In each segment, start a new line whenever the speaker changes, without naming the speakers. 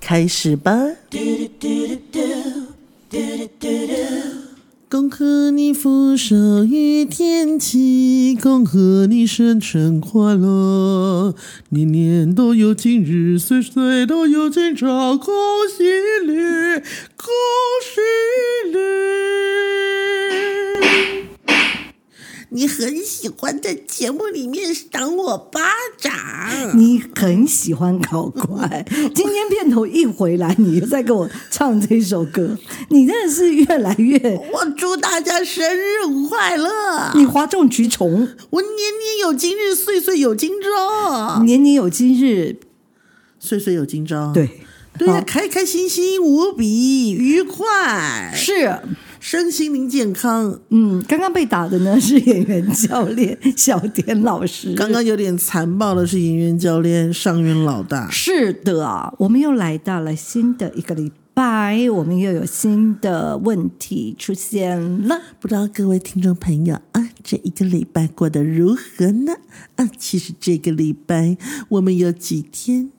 开始吧！恭贺你福寿与天齐，恭贺你生辰快乐，年年都有今日，岁岁都有今朝，恭喜你，恭喜你！你很喜欢在节目里面赏我巴掌。
你很喜欢搞怪， 今天片头一回来，你又在给我唱这首歌，你真的是越来越，
我祝大家生日快乐！
你哗众取宠，
我年年有今日，岁岁有今朝，
年年有今日，
岁岁有今朝。
对，
对啊啊，
好
开开心心，无比愉快，
是，
身心灵健康。
嗯，刚刚被打的呢是演员教练小田老师，
刚刚有点残暴的是演员教练上元老大，
是的啊，我们又来到了新的一个礼拜，我们又有新的问题出现了。
不知道各位听众朋友啊，这一个礼拜过得如何呢？啊，其实这个礼拜我们有几天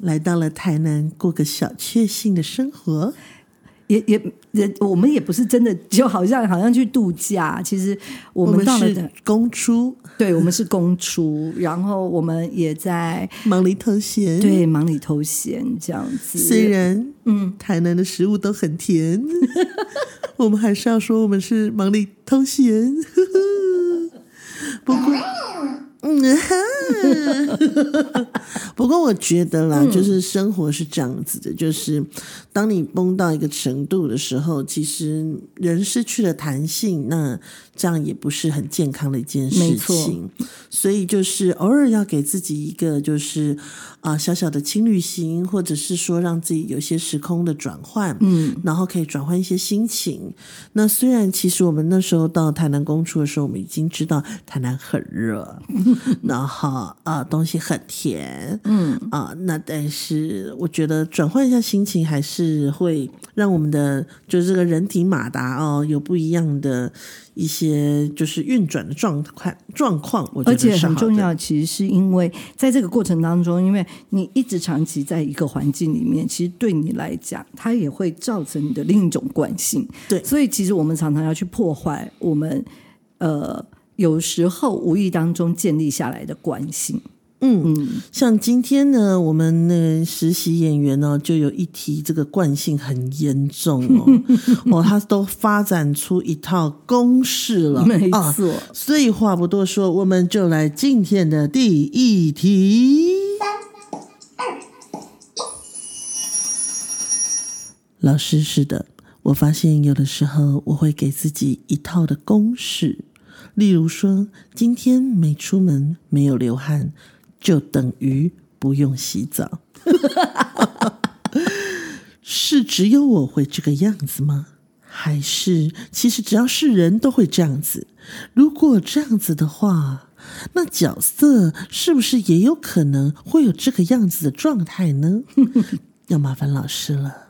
来到了台南，过个小确幸的生活。
也也也，我们也不是真的，就好像好像去度假。其实我
我
们
们
到了的，
是公出
对我们是公厨，然后我们也在
忙里偷闲，，
对忙里偷闲这样子。
虽然嗯，台南的食物都很甜， 我们还是要说我们是忙里偷闲。呵呵不过，嗯，哈不过我觉得啦，
嗯
就是生活是这样子的，就是当你崩到一个程度的时候，其实人失去了弹性，那这样也不是很健康的一件事
没错
情。所以就是偶尔要给自己一个就是啊、小小的轻旅行，或者是说让自己有一些时空的转换，嗯，然后可以转换一些心情。那虽然其实我们那时候到台南公处的时候，我们已经知道台南很热，然后啊、东西很甜，嗯啊、那但是我觉得转换一下心情，还是会让我们的就是这个人体马达哦有不一样的一些就是运转的状况状况，我觉
而
得
且
是
很
好的
重要，其实是因为在这个过程当中，因为你一直长期在一个环境里面，其实对你来讲，它也会造成你的另一种惯性。
对
所以其实我们常常要去破坏我们呃有时候无意当中建立下来的惯性。
像今天呢，我们那个实习演员呢、就有一题这个惯性很严重哦， 哦，他都发展出一套公式了，
没
啊
错，
所以话不多说，我们就来今天的第一题。老师，是的，我发现有的时候我会给自己一套的公式，例如说，今天没出门，没有流汗，就等于不用洗澡。是只有我会这个样子吗？还是其实只要是人都会这样子？如果这样子的话，那角色是不是也有可能会有这个样子的状态呢？ 要麻烦老师了。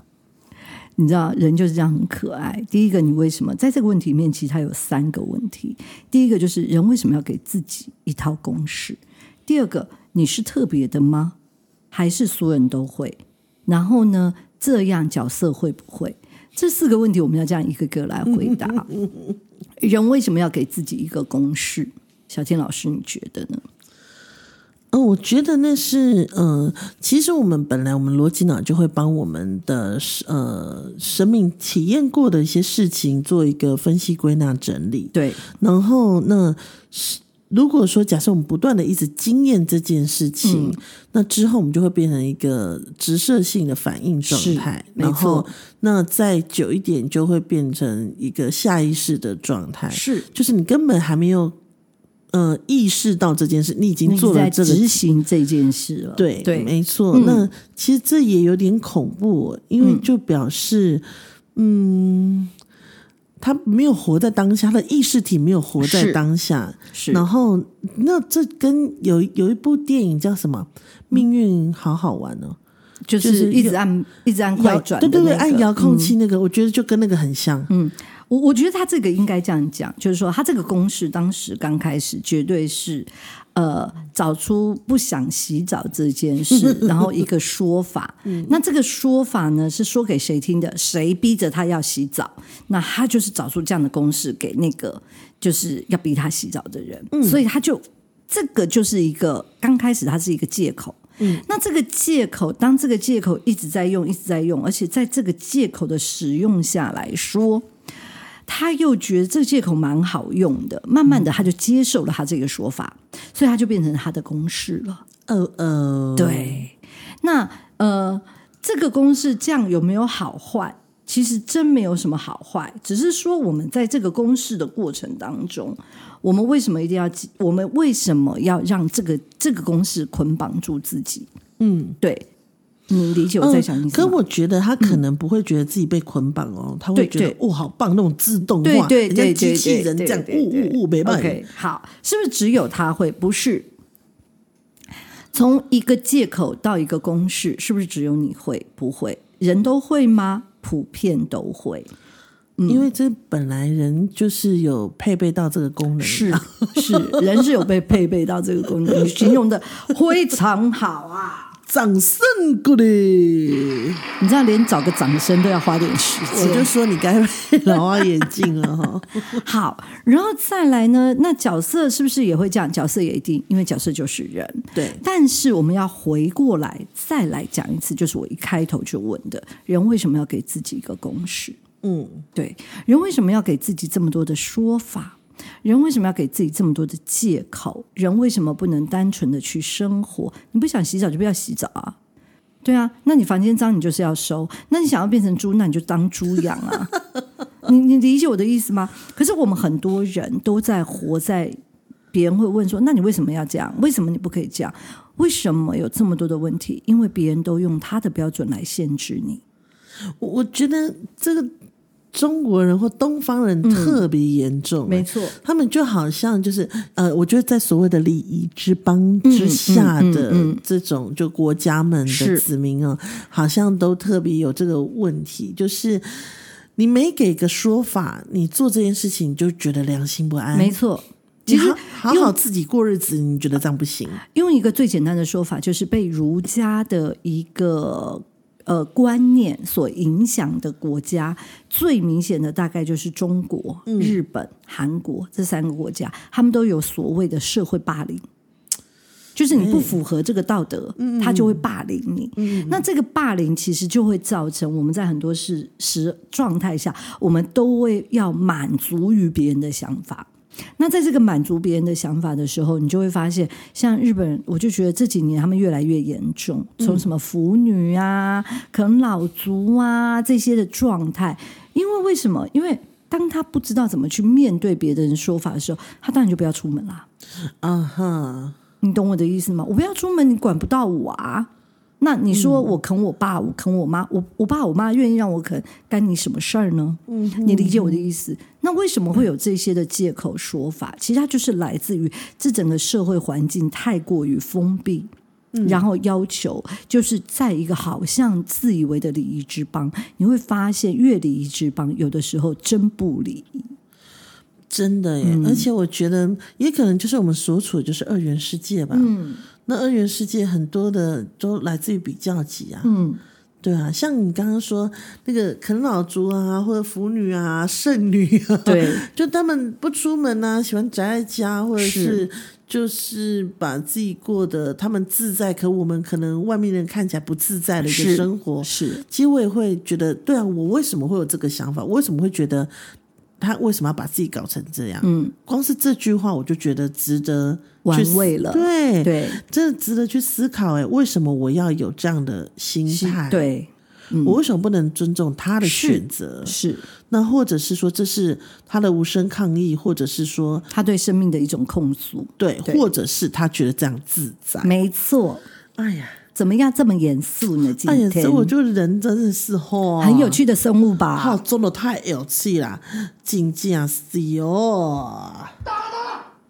你知道人就是这样很可爱。第一个，你为什么在这个问题里面，其实它有三个问题。第一个就是人为什么要给自己一套公式？第二个，你是特别的吗？还是所有人都会？然后呢，这样角色会不会？这四个问题我们要这样一个个来回 答。人为什么要给自己一个公式？小天老师，你觉得呢？
嗯、我觉得那是，呃，其实我们本来我们逻辑脑就会帮我们的呃生命体验过的一些事情做一个分析、归纳、整理。
对，
然后那是如果说假设我们不断的一直经验这件事情，
嗯
那之后我们就会变成一个直射性的反应状态，
是没错
然后那再久一点就会变成一个下意识的状态，
是
就是你根本还没有呃意识到这件事，你已经
你
做了
在
这个
执行这件事了。
对
对，嗯
没错。那其实这也有点恐怖哦，因为就表示，他没有活在当下，他的意识体没有活在
是
当下。
是
然后，那这跟有有一部电影叫什么
嗯
《命运好好玩》哦，
就
就是
是一直按一直按快
遥
转的
对
那个、嗯
对对，按遥控器那个，我觉得就跟那个很像。嗯，
我我觉得他这个应该这样讲，就是说他这个公式当时刚开始绝对是，呃，找出不想洗澡这件事，然后一个说法。那这个说法呢是说给谁听的？谁逼着他要洗澡？那他就是找出这样的公式给那个就是要逼他洗澡的人，所以他就这个就是一个刚开始它是一个借口。那这个借口，当这个借口一直在用，一直在用，而且在这个借口的使用下来说，他又觉得这个借口蛮好用的，慢慢的他就接受了他这个说法，所以他就变成他的公式了。
呃呃，
对，那呃，这个公式这样有没有好坏？其实真没有什么好坏，只是说我们在这个公式的过程当中，我们为什么一定要记？我们为什么要让这个这个公式捆绑住自己？嗯，对，你理解我在想
嗯
意思
可
吗？
我觉得他可能不会觉得自己被捆绑哦，他会
嗯对
觉得
对
哦，好棒，那种自动
对
化，
对
人家
对对
机
对，
器人这
对
样，
对
呜
对
呜呜，没办法。
OK，好，是不是只有他会？不是，从一个借口到一个公式，是不是只有你会？不会，人都会吗？普遍都会，
因为这本来人就是有配备到这个功能，
是是，人是有被配备到这个功能，你形容的非常好啊！
掌声鼓励。
你知道，连找个掌声都要花点时间。
我就说你该配老花眼镜了哈。
好，然后再来呢？那角色是不是也会这样？角色也一定，因为角色就是人。
对
但是我们要回过来再来讲一次，就是我一开头就问的：人为什么要给自己一个公式？
嗯，
对，人为什么要给自己这么多的说法？人为什么要给自己这么多的借口？人为什么不能单纯的去生活？你不想洗澡就不要洗澡啊！对啊，那你房间脏你就是要收，那你想要变成猪，那你就当猪养啊！你你理解我的意思吗？可是我们很多人都在活在别人会问说，那你为什么要这样？为什么你不可以这样？为什么有这么多的问题？因为别人都用他的标准来限制你。
我我觉得这个中国人或东方人特别严重、
没错
他们就好像就是呃，我觉得在所谓的礼仪之邦
嗯
之下的这种就国家们的
是
子民啊，好像都特别有这个问题，就是你每给个说法，你做这件事情就觉得良心不安。
没错，
你
啊其实
好好好自己过日子，你觉得这样不行？
用一个最简单的说法，就是被儒家的一个呃观念所影响的国家，最明显的大概就是中国、日本、韩国这三个国家，他们都有所谓的社会霸凌。就是你不符合这个道德，他就会霸凌你。那这个霸凌其实就会造成我们在很多事时状态下，我们都会要满足于别人的想法。那在这个满足别人的想法的时候，你就会发现，像日本人，我就觉得这几年他们越来越严重，从什么腐女啊、啃老族啊这些的状态，因为为什么？因为当他不知道怎么去面对别人的说法的时候，他当然就不要出门啦。
啊哈，
你懂我的意思吗？我不要出门，你管不到我啊。那你说我啃我爸，我啃我妈，我我爸我妈愿意让我啃，干你什么事儿呢？你理解我的意思？那为什么会有这些的借口说法？其实它就是来自于这整个社会环境太过于封闭。然后要求就是在一个好像自以为的礼仪之邦，你会发现越礼仪之邦，有的时候真不礼仪。
真的耶！
嗯
而且我觉得，也可能就是我们所处的就是二元世界吧。嗯，那二元世界很多的都来自于比较级啊。
嗯，
对啊，像你刚刚说那个啃老族啊，或者腐女啊、剩女啊，
对，
就他们不出门啊，喜欢宅在家，或者是就是把自己过得他们自在，可我们可能外面人看起来不自在的一个
是
生 活。
是
其实我也会觉得，对啊，我为什么会有这个想法？我为什么会觉得他为什么要把自己搞成这样？嗯，光是这句话我就觉得值得去
玩味了
对，
对
真的值得去思考。哎，为什么我要有这样的心态？，
对
我为什么不能尊重他的
是
选择？
是，
那或者是说，这是他的无声抗议，或者是说，
他对生命的一种控诉。
对，
对嗯
或者是他觉得这样自在。
没错，
哎呀，
怎么样这么严肃呢？今
哎呀，
天、
这我就人真的是吼，
很有趣的生物吧？
好，做的太有趣啦，真正是哦。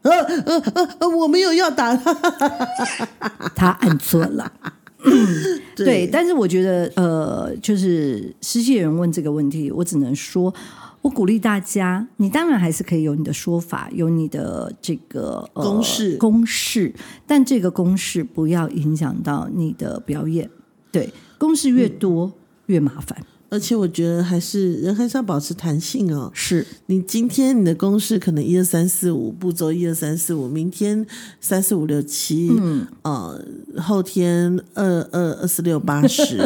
呃呃呃呃，我没有要打他。
他按错了。对，
对
但是我觉得，呃，就是实习人问这个问题，我只能说，我鼓励大家，你当然还是可以有你的说法，有你的这个、呃、
公式
公式，但这个公式不要影响到你的表演。对，公式越多、
嗯
越麻烦，
而且我觉得还是人还是要保持弹性哦。
是
你今天你的公式可能一二三四五步骤一二三四五，明天三四五六七，嗯，呃，后天二二二四六八 十。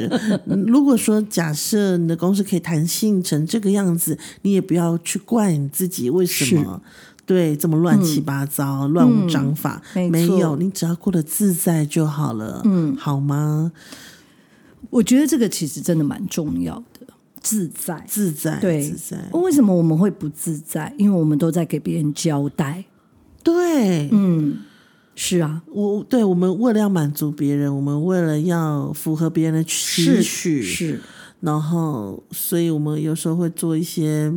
嗯如果说假设你的公式可以弹性成这个样子，你也不要去怪你自己为什么。对，这么乱七八糟、乱无章法，
没
嗯没
错
有，你只要过得自在就好了，嗯，好吗？
我觉得这个其实真的蛮重要的，自在。
自在，
对
自在，
为什么我们会不自在？因为我们都在给别人交代。
对，
嗯，是啊，
我对我们为了要满足别人，我们为了要符合别人的期许，
是
然后，所以我们有时候会做一些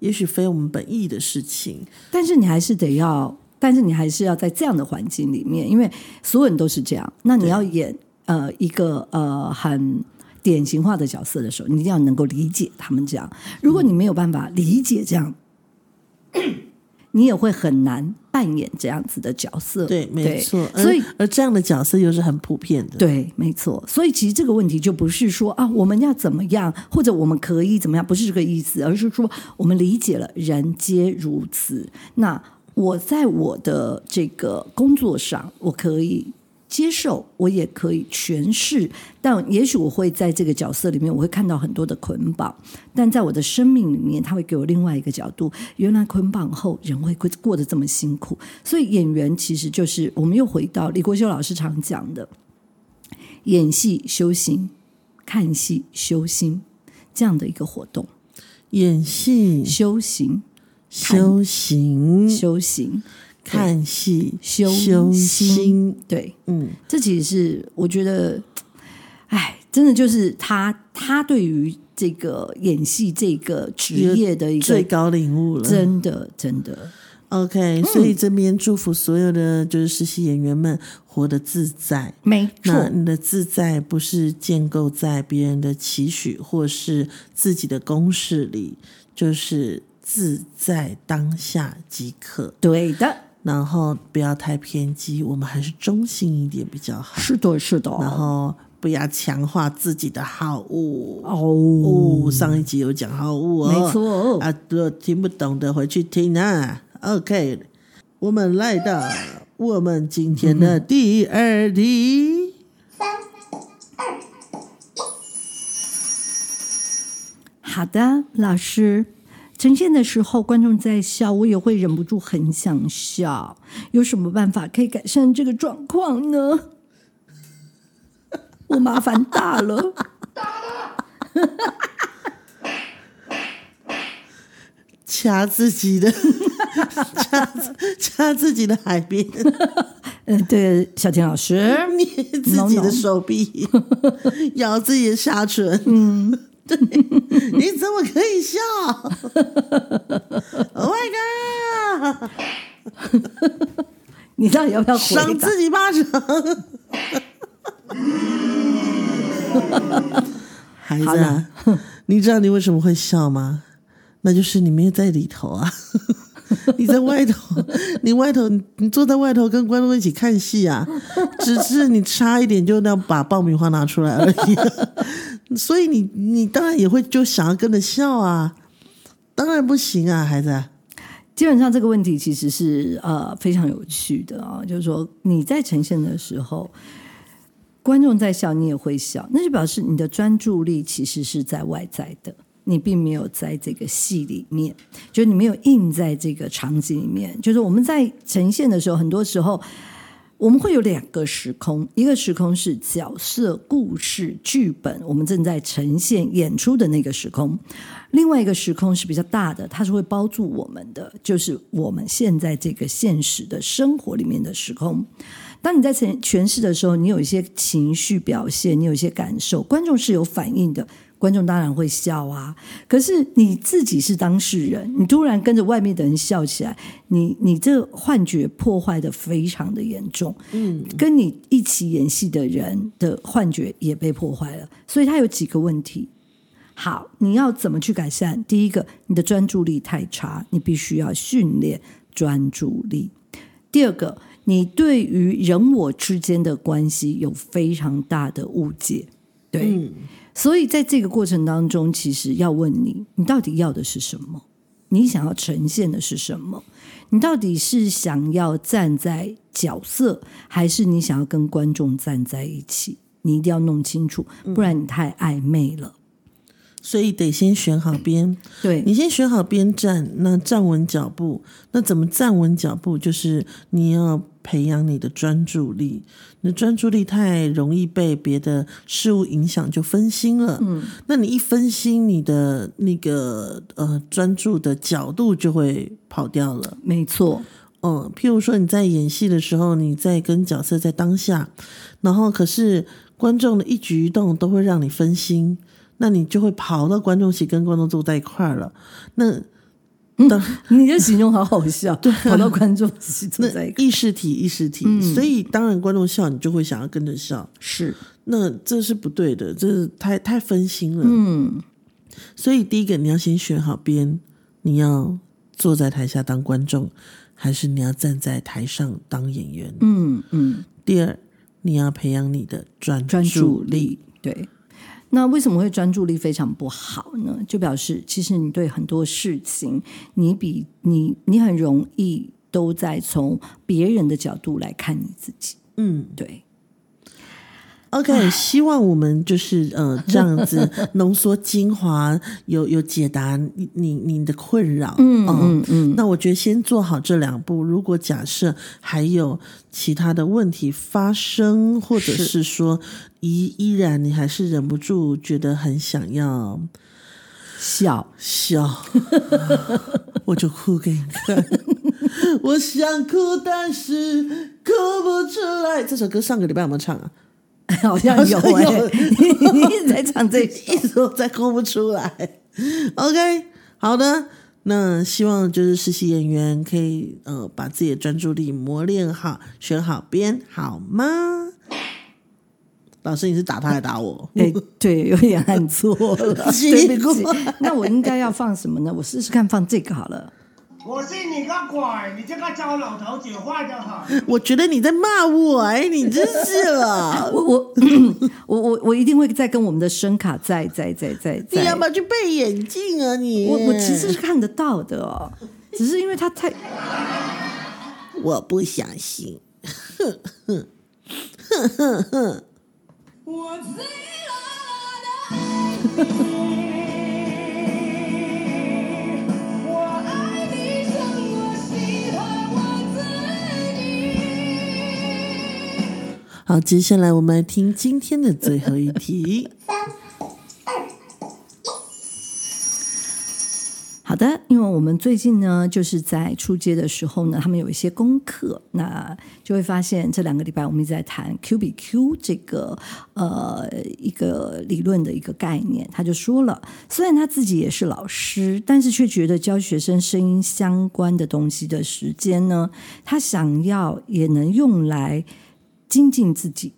也许非我们本意的事情。
但是你还是得要，但是你还是要在这样的环境里面，因为所有人都是这样。那你要演呃一个呃很典型化的角色的时候，你一定要能够理解他们这样。如果你没有办法理解这样，
嗯
你也会很难扮演这样子的角色。
对，没错。嗯而
所以。
而这样的角色又是很普遍的。
对，没错。所以其实这个问题就不是说啊，我们要怎么样，或者我们可以怎么样，不是这个意思，而是说我们理解了人皆如此。那我在我的这个工作上，我可以。接受，我也可以诠释，但也许我会在这个角色里面，我会看到很多的捆绑，但在我的生命里面，他会给我另外一个角度。原来捆绑后，人会过过得这么辛苦，所以演员其实就是我们又回到李国修老师常讲的，演戏修心，看戏修心这样的一个活动，
演戏、
修行、
修行、
修行，
看戏、
修
修心
心。对，
嗯，
这其实是我觉得，哎，真的就是他他对于这个演戏这个职业的一
最
个，
高领悟了。
真的真的嗯
OK，所以这边祝福所有的就是实习演员们活得自在。
没
那你的自在不是建构在别人的期许或是自己的公式里，就是自在当下即可。
对的，
然后不要太偏激，我们还是中性一点比较好。
是的，是的，
然后不要强化自己的好恶。
哦，
哦，上一集有讲好恶、哦，
没错
啊，如果听不懂的回去听啊。OK，我们来到我们今 天的第二题。
好的，老师。呈现的时候，观众在笑，我也会忍不住很想笑。有什么办法可以改善这个状况呢？ 我麻烦大了。
掐自己的， 掐掐自己的海边，
嗯、对，小田老师，
捏自己的手臂，咬自己的下唇。嗯， 对，你怎么可以笑？Oh my god！
你到底要不要回
赏
答？
自己巴 掌。孩子、啊， 你知道你为什么会笑吗？那就是你没有在里头啊， 你在外头，你外头，你你坐在外头跟观众一起看戏啊，只是你差一点就要把爆米花拿出来而已， 所以你你当然也会就想要跟着笑啊，当然不行啊，孩子啊，
基本上这个问题其实是呃非常有趣的啊、就是说你在呈现的时候，观众在笑，你也会笑，那就表示你的专注力其实是在外在的，你并没有在这个戏里面，就是你没有印在这个场景里面。就是我们在呈现的时候，很多时候我们会有两个时空，一个时空是角色、故事、剧本，我们正在呈现演出的那个时空；另外一个时空是比较大的，它是会包住我们的，就是我们现在这个现实的生活里面的时空。当你在诠诠释的时候，你有一些情绪表现，你有一些感受，观众是有反应的。观众当然会笑啊，可是你自己是当事人，你突然跟着外面的人笑起来，你你这幻觉破坏的非常的严重，嗯，跟你一起演戏的人的幻觉也被破坏了，所以它有几个问题。好，你要怎么去改善？第一个，你的专注力太差，你必须要训练专注力。第二个，你对于人我之间的关系有非常大的误解，对。所以在这个过程当中，其实要问你，你到底要的是什么？你想要呈现的是什么？你到底是想要站在角色，还是你想要跟观众站在一起？你一定要弄清楚，不然你太暧昧了。
所以得先选好边，
对，
你先选好边站，那站稳脚步。那怎么站稳脚步？就是你要培养你的专注力。你的专注力太容易被别的事物影响，就分心了。嗯，那你一分心，你的那个呃专注的角度就会跑掉了。
没错，
嗯，譬如说你在演戏的时候，你在跟角色在当下，然后可是观众的一举一动都会让你分心，那你就会跑到观众席跟观众坐在一块儿了。那
你的形容好好笑，对、跑到观众席坐在一
那
个
意识体，意识体，
嗯
所以当然观众笑，你就会想要跟着笑，
是
那这是不对的，这是太太分心了。嗯，所以第一个你要先选好边，你要坐在台下当观众，还是你要站在台上当演员？
嗯嗯，
第二，你要培养你的专
专注
力。
力对。那为什么会专注力非常不好呢？就表示其实你对很多事情，你比你你很容易都在从别人的角度来看你自己，
嗯
对，
，OK，希望我们就是呃这样 子浓缩精华，有有解答你你你的困扰。嗯嗯嗯。那我觉得先做好这两步。如果假设还有其他的问题发生，或者
是
是说依依然你还是忍不住觉得很想要
笑
笑，我就哭给你看。我想哭，但是哭不出来。这首歌上个礼拜有没有唱啊？
好像有
好像
哎、
有
你你一直在唱这
一直都在哭不出来。OK，好的，那希望就是实习演员可以呃把自己的专注力磨练好，选好边，好吗？老 师，你是打他还打我？
哎、对，有点按错了，
奇
对不起
怪。
那我应该要放什么呢？我试试看放这个好了。
我是你个鬼！你这个糟老头子坏得很。
我觉得你在骂我，哎，你真是 了。
我我 我我我一定会再跟我们的声卡再再再再
你
再。
要不要去配眼镜啊你？
我我其实是看得到的哦，只是因为它太
我不相信。
我醉了的爱你，我爱你胜过喜欢我自己。
好，接下来我们来听今天的最后一题。
好的，因为我们最近呢，就是在出街的时候呢，他们有一些功课，那就会发现这两个礼拜我们一直在谈 Q 比 Q 这个呃一个理论的一个概念。他就说了，虽然他自己也是老师，但是却觉得教学生声音相关的东西的时间呢，他想要也能用来精进自己。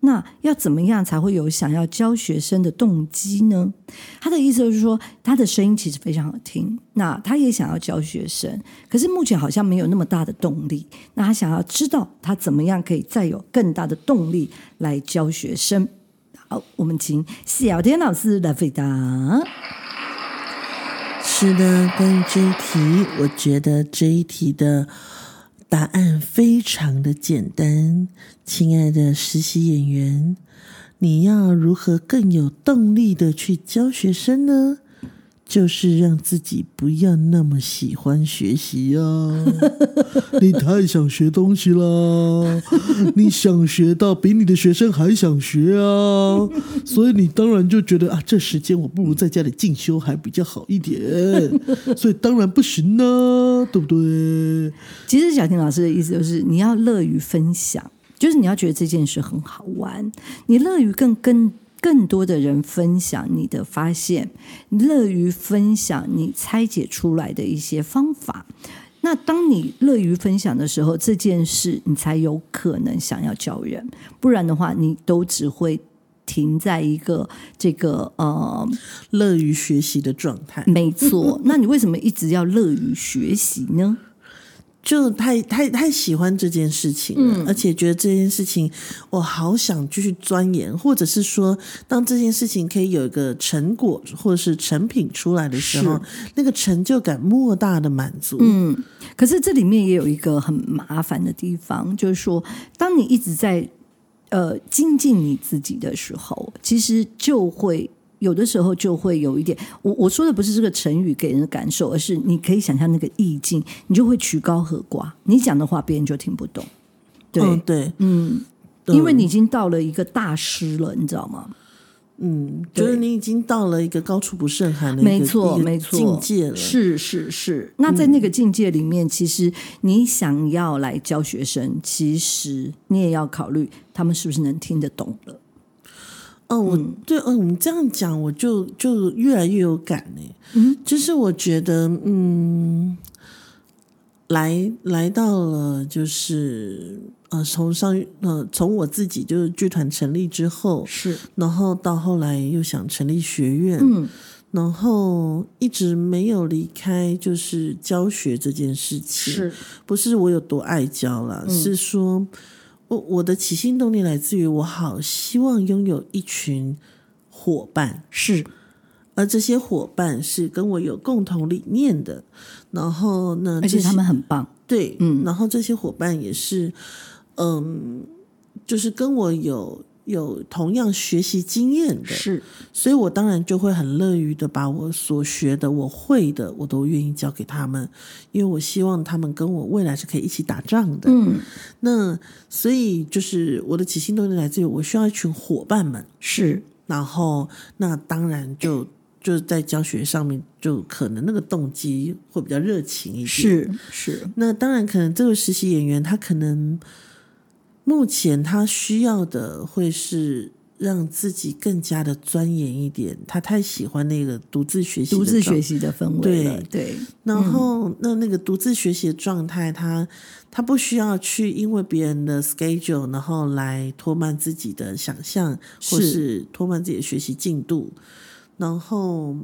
那要怎么样才会有想要教学生的动机呢？他的意思就是说，他的声音其实非常好听，那他也想要教学生，可是目前好像没有那么大的动力。那他想要知道他怎么样可以再有更大的动力来教学生。好，我们请小天老师来回答。
是的，关于这一题，我觉得这一题的答案非常的简单。亲爱的实习演员，你要如何更有动力的去教学生呢？就是让自己不要那么喜欢学习哦。 你太想学东西 啦，你想学到比你的学生还想学啊，所以你当然就觉得啊，这时间我不如在家里进修还比较好一 点，所以当然不行啊呢、对不对？
其实小婷老师的意思就是，你要乐于分享，就是你要觉得这件事很好玩，你乐于更跟更多的人分享你的发现，你乐于分享你拆解出来的一些方法。那当你乐于分享的时候，这件事你才有可能想要教人，不然的话，你都只会停在一个这个呃
乐于学习的状态，
没错，那你为什么一直要乐于学习呢？
就太太太喜欢这件事情了，
嗯
而且觉得这件事情我好想继续钻研，或者是说，当这件事情可以有一个成果或者是成品出来的时候，那个成就感莫大的满足。嗯，
可是这里面也有一个很麻烦的地方，就是说，当你一直在呃精进你自己的时候，其实就会有的时候就会有一点，我我说的不是这个成语给人的感受，而是你可以想象那个意境，你就会曲高和寡，你讲的话别人就听不懂，对，
对，嗯，
因为你已经到了一个大师了，你知道吗？
嗯觉得你已经到了一个高处不胜寒的一个
没错，
一个
没错，
境界了。
是是是。那在那个境界里面，其实你想要来教学生，其实你也要考虑他们是不是能听得懂了。
哦，我对，嗯，我们这样讲，我就就越来越有感呢、嗯，就是我觉得，嗯，来来到了，就是呃，从上呃，从我自己就是剧团成立之后，
是
然后到后来又想成立学院，嗯，然后一直没有离开，就是教学这件事情，
是，
不是我有多爱教啦，
嗯
是说我我的起心动念来自于我好希望拥有一群伙伴，
是，
而这些伙伴是跟我有共同理念的，然后呢，
而且
这些
他们很棒。
对，嗯，然后这些伙伴也是，嗯，就是跟我有有同样学习经验的，
是
所以我当然就会很乐于的把我所学的、我会的，我都愿意教给他们，因为我希望他们跟我未来是可以一起打仗的。嗯，那所以就是我的起心动念来自于我需要一群伙伴们，
是，
然后那当然就就是在教学上面，就可能那个动机会比较热情一点。
是是，
那当然，可能这个实习演员他可能目前他需要的会是让自己更加的钻研一点，他太喜欢那个独自学习，
独自学
习。
习的氛围了。
对
对，
然后，那那个独自学习的状态，他他不需要去因为别人的 schedule，然后来拖慢自己的想象，或
是
是拖慢自己的学习进度。然后，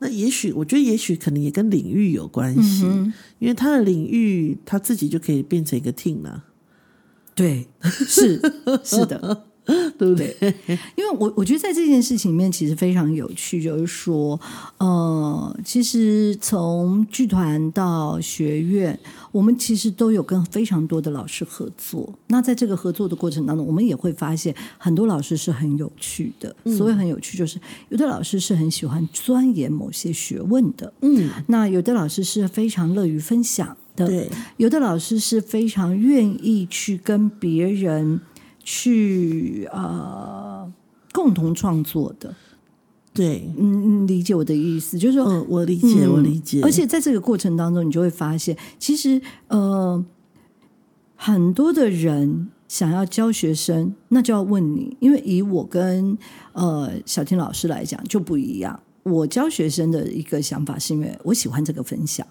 那也许我觉得，也许可能也跟领域有关系，
嗯
因为他的领域他自己就可以变成一个 team 了。
对， 是是的， 对不对？因为我我觉得在这件事情里面，其实非常有趣，就是说，呃，其实从剧团到学院，我们其实都有跟非常多的老师合作。那在这个合作的过程当中，我们也会发现很多老师是很有趣的。所谓很有趣，就是有的老师是很喜欢钻研某些学问的，嗯，那有的老师是非常乐于分享的，
对，
有的老师是非常愿意去跟别人去呃共同创作的。
对，
嗯，嗯理解我的意思，就是说，
嗯，我理解，我理解，
而且在这个过程当中，你就会发现，其实呃，很多的人想要教学生，那就要问你，因为以我跟呃小婷老师来讲就不一样。我教学生的一个想法是因为我喜欢这个分享，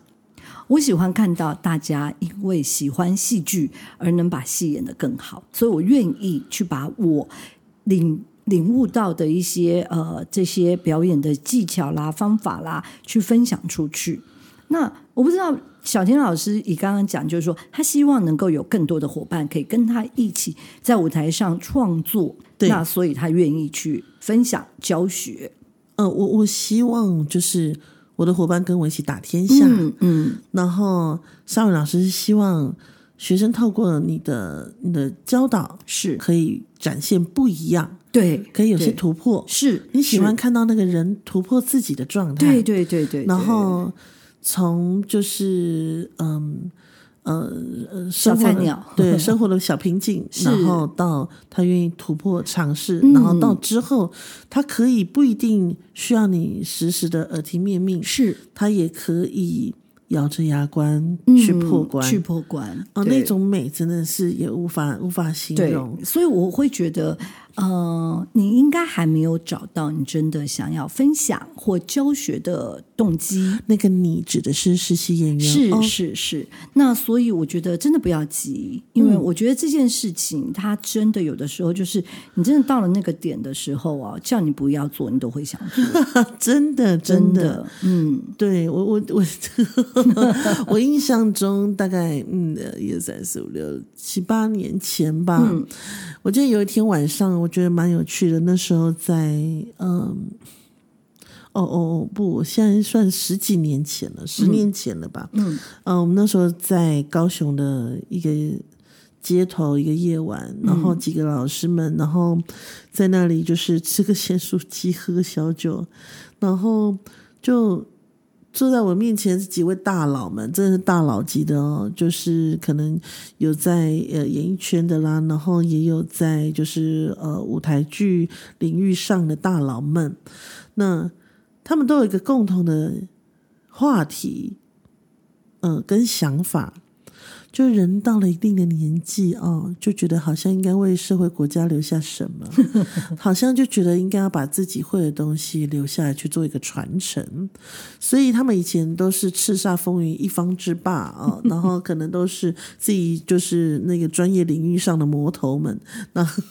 我喜欢看到大家因为喜欢戏剧而能把戏演得更好，所以我愿意去把我领领悟到的一些呃这些表演的技巧啦、方法啦，去分享出去。那我不知道小田老师，你刚刚讲就是说，他希望能够有更多的伙伴可以跟他一起在舞台上创作，
对
那所以他愿意去分享教学。
呃，我我希望就是我的伙伴跟我一起打天下，
嗯嗯，
然后邵伟老师是希望学生透过你的你的教导，
是
可以展现不一样，
对，
可以有些
对
突破。
是
你喜
是
欢看到那个人突破自己的状态，
对对对对，
然
对
后从就是嗯呃呃生活
菜
的
鸟
对生活的小瓶颈，然
是嗯
后到他愿意突破尝试，然后到之后他可以不一定需要你时时的耳提面命，
是
他也可以咬着牙关去破
嗯
关，
去破关
哦，
对
那种美真的是也无法无法形
对
容，。
所以我会觉得，呃，你应该还没有找到你真的想要分享或教学的动机。
那个你指的是实习演员，
是
哦、
是是，嗯那所以我觉得真的不要急，因为我觉得这件事情，它真的有的时候就是你真的到了那个点的时候啊，叫你不要做，你都会想做，
真的
真
真的，
嗯，
对我我我我印象中大概嗯呃一二三四五六七八年前吧，我记得有一天晚上，我觉得蛮有趣的。那时候在嗯，哦哦哦，不，我现在算十几年前了，十年前了吧？嗯，嗯，我们那时候在高雄的一个街头一个夜晚，然后几个老师们，然后在那里就是吃个咸酥鸡，喝个小酒，然后就坐在我面前是几位大佬们，真的是大佬级的哦，就是可能有在呃演艺圈的啦，然后也有在就是呃舞台剧领域上的大佬们，那他们都有一个共同的话题，呃，跟想法。就人到了一定的年纪哦，就觉得好像应该为社会国家留下什么，好像就觉得应该要把自己会的东西留下来去做一个传承，所以他们以前都是叱咤风云一方之霸啊、然后可能都是自己就是那个专业领域上的魔头们，然后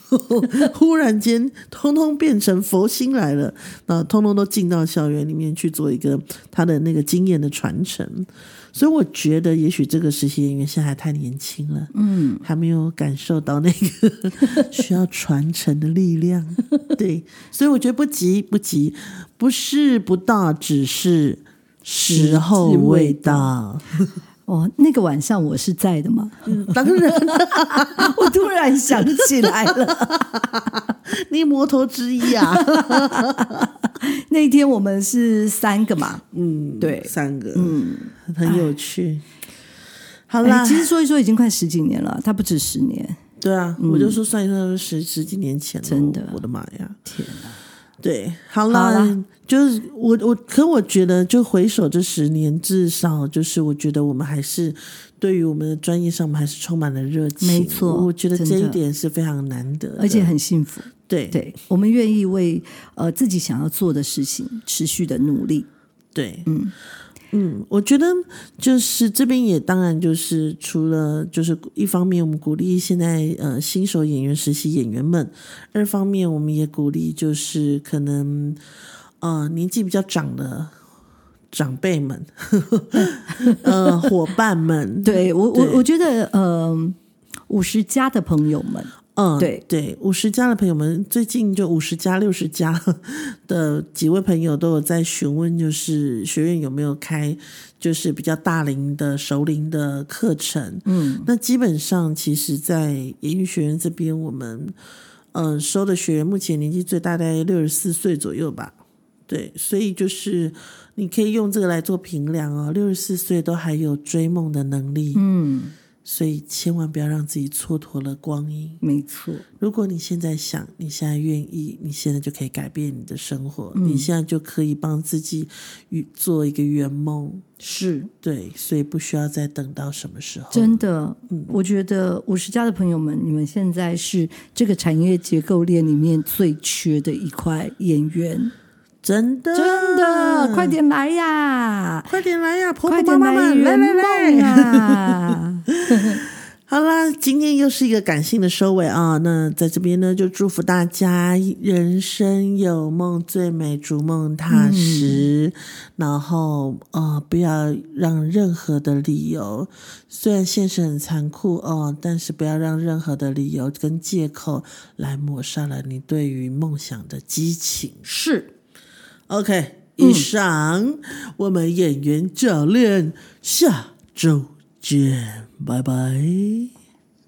忽然间通通变成佛心来了，那通通都进到校园里面去做一个他的那个经验的传承，所以我觉得也许这个实习演员现在还太年轻了，嗯，还没有感受到那个需要传承的力 量。对，所以我觉得不急不急，不是不到，只是时候未到。
哦，那个晚上我是在的嘛，
当然，
嗯 我突然想起来了，
你魔头之一啊，
那天我们是三个嘛，
嗯，
对
三个，嗯，很有趣。好啦
哎，其实说一说已经快十几年了，它不止十年，
对啊，我就说算一算十十几年前了，
嗯真的
我的妈呀！
天哪！
对，好啦，
好啦
就是我我，可我觉得就回首这十年，至少就是我觉得我们还是对于我们的专业上，我们还是充满了热情。
没错
我觉得
真的
这一点是非常难得的，
而且很幸福。
对
对我们愿意为呃自己想要做的事情持续的努力。
对，嗯嗯，我觉得就是这边也当然就是除了就是一方面我们鼓励现在呃新手演员实习演员们，二方面我们也鼓励就是可能呃年纪比较长的。长辈们， 呃，伙伴们，
对我
对
我我觉得呃五十加的朋友们，
嗯，
对
对，五十加的朋友们，最近就五十加、六十加 的几位朋友都有在询问，就是学院有没有开就是比较大龄的熟龄的课程。嗯，那基本上其实，在演艺学院这边，我们嗯、呃收的学员目前年纪最大大概六十四岁左右吧。对，所以就是你可以用这个来做评量哦，六十四岁都还有追梦的能力，
嗯，
所以千万不要让自己蹉跎了光阴。
没错，
如果你现在想，你现在愿意，你现在就可以改变你的生活，
嗯
你现在就可以帮自己与做一个圆梦。
是
对，所以不需要再等到什么时候。
真的。我觉得五十加的朋友们，你们现在是这个产业结构链里面最缺的一块演员，
真的，
真
嗯
的，快，点来呀！
快点来呀，婆婆
快
妈
点
妈们，来来
圆梦
来！
啊！
好啦，今天又是一个感性的收尾啊。那在这边呢，就祝福大家人生有梦最美，逐梦踏实。然后呃，不要让任何的理由，虽然现实很残酷哦、但是不要让任何的理由跟借口来抹杀了你对于梦想的激情。
是。
OK，以上、我们演员教练下周见，拜拜。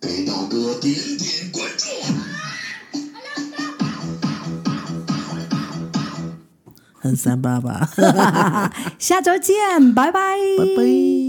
北岛哥点点关注。
很三八吧。
下周见，拜拜，
拜拜。